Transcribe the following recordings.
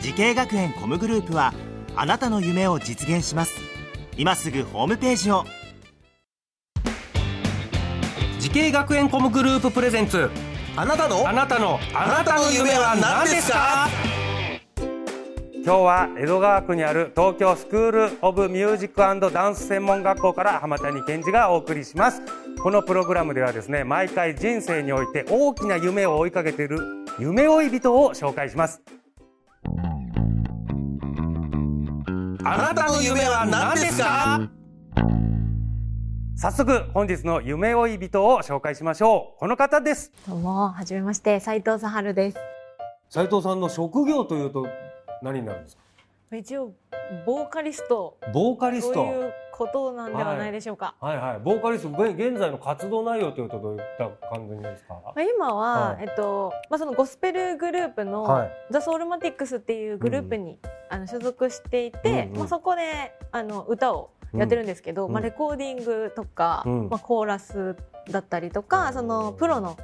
時系学園コムグループはあなたの夢を実現します今すぐホームページを時系学園コムグループプレゼンツあなたのあなたのあなたの夢は何ですか今日は江戸川区にある東京スクール・オブ・ミュージックダンス専門学校から浜谷健二がお送りしますこのプログラムではですね毎回人生において大きな夢を追いかけている夢追い人を紹介しますあなたの夢は何ですか早速本日の夢追い人を紹介しましょうこの方ですどうも、はじめまして、斉藤さはるです。斉藤さんの職業というと何になるんですか一応、ボーカリスト、ボーカリストということなんではないでしょうか。はいはい、ボーカリスト、現現在の活動内容というとどういった感じですか。まあ、今は、はえっと、まあ、そのゴスペルグループの、はいザ・ソウルマティックスっていうグループに、あの所属していて、うんうんまあ、そこであの歌をやってるんですけど、うんまあ、レコーディングとか、うんまあ、コーラスだったりとかそのプロの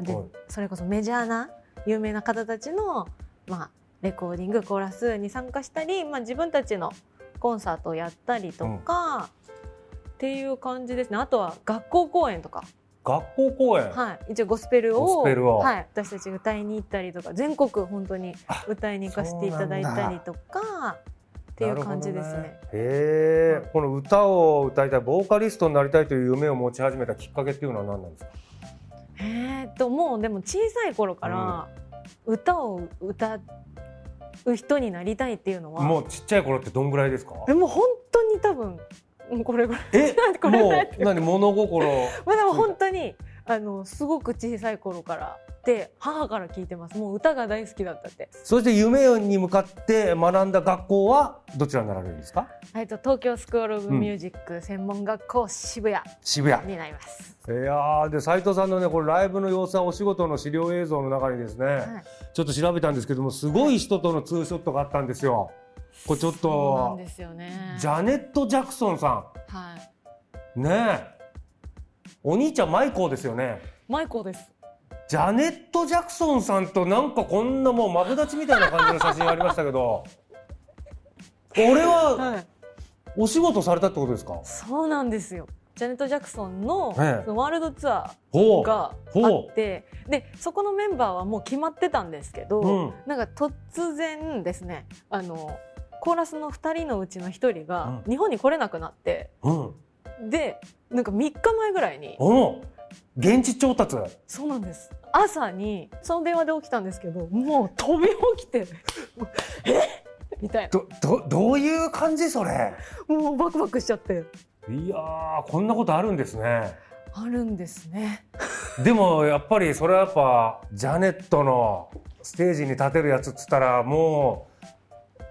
ではいそれこそメジャーな有名な方たちの、まあ、レコーディングコーラスに参加したり、まあ、自分たちのコンサートをやったりとか、っていう感じですねあとは学校公演とか。学校公演。はい、一応ゴスペルをゴスペルをはい、私たち歌いに行ったりとか全国本当に歌いに行かせていただいたりとかっていう感じですねなるほどねへえ、この歌を歌いたい、ボーカリストになりたいという夢を持ち始めたきっかけっていうのは何なんですか。えーっともうでも小さい頃から歌を歌う人になりたいっていうのはもうちっちゃい頃ってどんぐらいですか。でも本当に多分もうこれぐらいえ、これぐもらいっていうう、何、物心。 まあでも本当にあのすごく小さい頃からで母から聞いてますもう歌が大好きだったって、そして夢に向かって学んだ学校はどちらになられるんですか。えっと、東京スクール・オブ・ミュージック専門学校渋谷渋谷。になります。いやーで斉藤さんのねこれライブの様子はお仕事の資料映像の中にですね、いちょっと調べたんですけどもすごい人とのツーショットがあったんですよ。これちょっそうなんとですよね。ジャネット・ジャクソンさはい。んねえお兄ちゃんマイコーですよねマイコーです。ジャネット・ジャクソンさんとなんかこんなもうマブダチみたいな感じの写真ありましたけど俺ははい。お仕事されたってことですかそうなんですよ。ジャネット・ジャクソンのええそのワールドツアほーうがあほうって、でそこのメンバーはもう決まってたんですけど、うんなんか突然ですね、あのコーラスの二人のうちの一人がう日本に来れなくなって、うんでなんか三日前ぐらいに、お現地調達そうなんです。朝にその電話で起きたんですけど、もう飛び起きて、 もうえみたいどどどういう感じそれな、もうバクバクしちゃって。いやーこんなことあるんですねあるんですね。でもやっぱりそれはやっぱジャネットのステージに立てるやつっつったらもう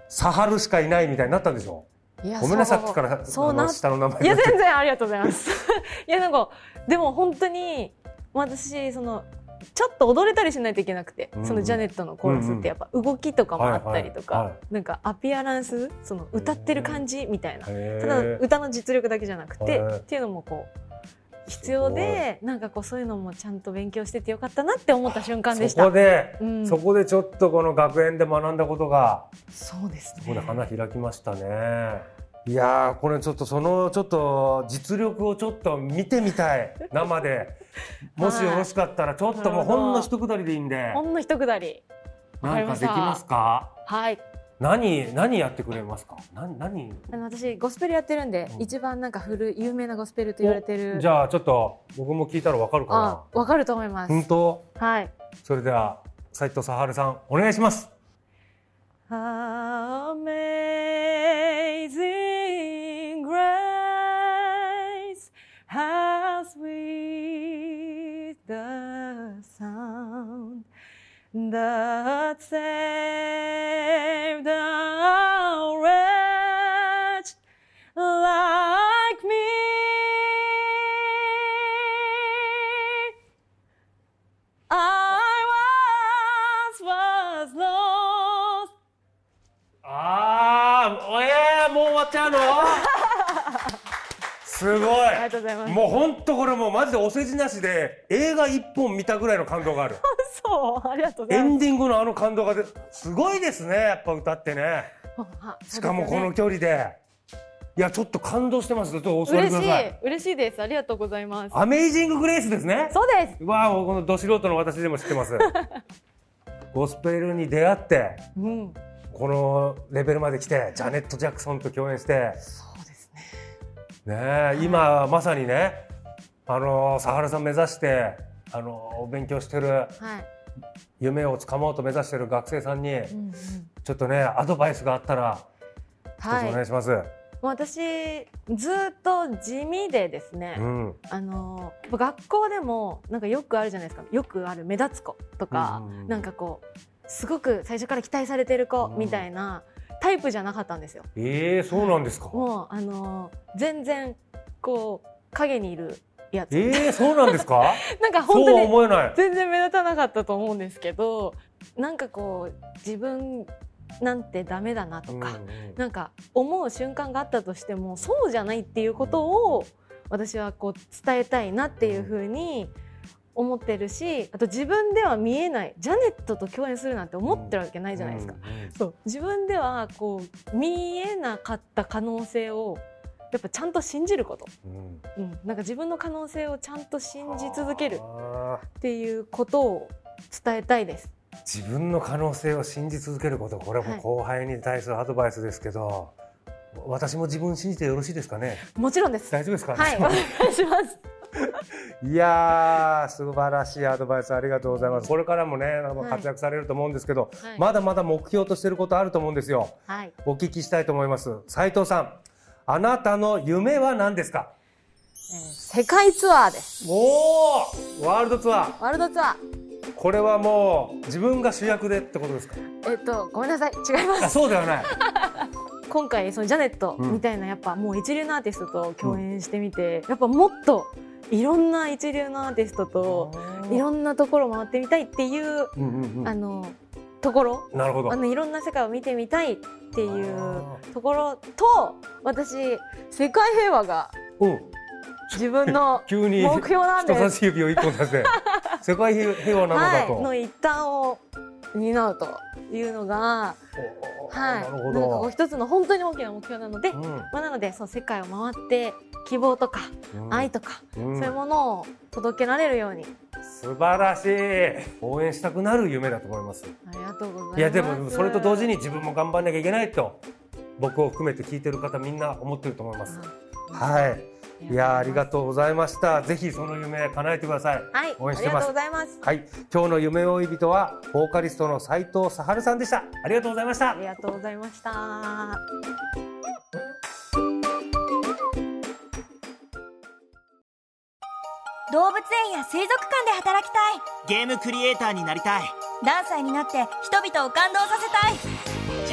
サハルしかいないみたいになったんでしょいやごめんなさいそさっうきからそうあなの下の名前いや全然ありがとうございます。 いやなんかでも本当に私そのちょっと踊れたりしないといけなくて、うんそのジャネットのコーラスってやっぱ動きとかもあったりとか、はいはいはなんかアピアランスその歌ってる感じみたいな、へーただ歌の実力だけじゃなくて、へーっていうのもこう必要でなんかこうそういうのもちゃんと勉強しててよかったなって思った瞬間でしそこた。で、うんそこでちょっとこの学園で学んだことがそうですここでね。花開きましたねいやーこれちょっとそのちょっと実力をちょっと見てみたい生 でもしよろしかったらちょっともうほんの一くだりでいいんでほんの一くだり。わかなりんかまできしたますかはい。何何やってくれますか。何何。あの私ゴスペルやってるんで、うん一番なんか古い有名なゴスペルと言われてるじゃあちょっと僕も聞いたらわかるあかわかると思いまな。す、本当。はいそれでは斉藤さはるさんお願いします。 Amazing grace how sweet the sound that saved a was lost ああええもう終わっちゃう のすごありがとうございまいすもう本当これもうマジでお世辞なしで映画一本見たぐらいの感動があるそうありがとうござエ いまンディングのあの感動がですごいですねやっぱ歌ってねすしかもこの距離でいやちょっと感動してますちょっとお座りく嬉だしさいい嬉しいですありがとうございますアメイジンググレイスですねそうですうわあこのど素人の私でも知って ますゴスペルに出会ってうんこのレベルまで来てジャネット・ジャクソンと共演してそうですねねえ今まさにねあのサハラさん目指してあのお勉強してるはい夢をつかもうと目指してる学生さんにうんうんちょっとねアドバイスがあったら一つはいお願いします、もう私ずっと地味でですね、うんあのやっぱ学校でもなんかよくあるじゃないですかよくある目立つ子とか、うんうんうんなんかこうすごく最初から期待されてる子うんみたいなタイプじゃなかったんですよ。ええそうなんですかもうあの全然こう影にいるやつ、ええそうなんですかなんかそ 本うは当に思え ない全然目立たなかったと思うんですけどなんかこう自分なんてダメだなとか、うんうんなんか思う瞬間があったとしてもそうじゃないっていうことを私はこう伝えたいなっていうふうに思ってるしあと自分では見えないジャネットと共演するなんて思ってるわけないじゃないですか。うんうんそう自分ではこう見えなかった可能性をやっぱちゃんと信じること、うんうん、なんか自分の可能性をちゃんと信じ続けるあっていうことを伝えたいです。ー自分の可能性を信じ続けることこれはもい後輩に対するアドバイスですけど、私も自分信じてよろしいですかねもちろんです。は大丈夫ですか、い、お願いします。 いやー素晴らしいアドバイスありがとうございますこれからもねあのはい活躍されると思うんですけど、はいまだまだ目標としてることあると思うんですよはい、お聞きしたいと思います斉藤さんあなたの夢は何ですかえー世界ツアーです。おおワールドツアワールドツアー。ーこれはもう自分が主役でってことですかえっと、ごめんなさい、違いまあす。そうではない今回、そのジャネットうんみたいな、やっぱもう一流のアーティストと共演してみて、やっぱもっと。いろんな一流のアーティストと、 いろんなところ回ってみたいっていう、うんうんうあんの。ところ、なるほどあの、いろんな世界を見てみたいっていうあところと、私。世界平和がーうん自 分の急に目標なん人で差す。し指を一本出 して世界平和なのだはい、と、の一端を担うというのが、おーはい、なるほなんかこうど一つの本当に大きな目標なので、うんまあ、なのでそう世界を回って希望とかうん愛とか、うんそういうものを届けられるように素晴らしい応援したくなる夢だと思いますありがとうございますいやでもそれと同時に自分も頑張んなきゃいけないと僕を含めて聞いてる方みんな思ってると思いますはいいやありがととうございましたぜひその夢叶えてくださいはい応援しあてりまがとすうございますはい今日の夢追い人はボーカリストの斉藤さはるさんでしたありがとうございましたありがとうございました動物園や水族館で働きたいゲームクリエイターになりたい何歳になって人々を感動させた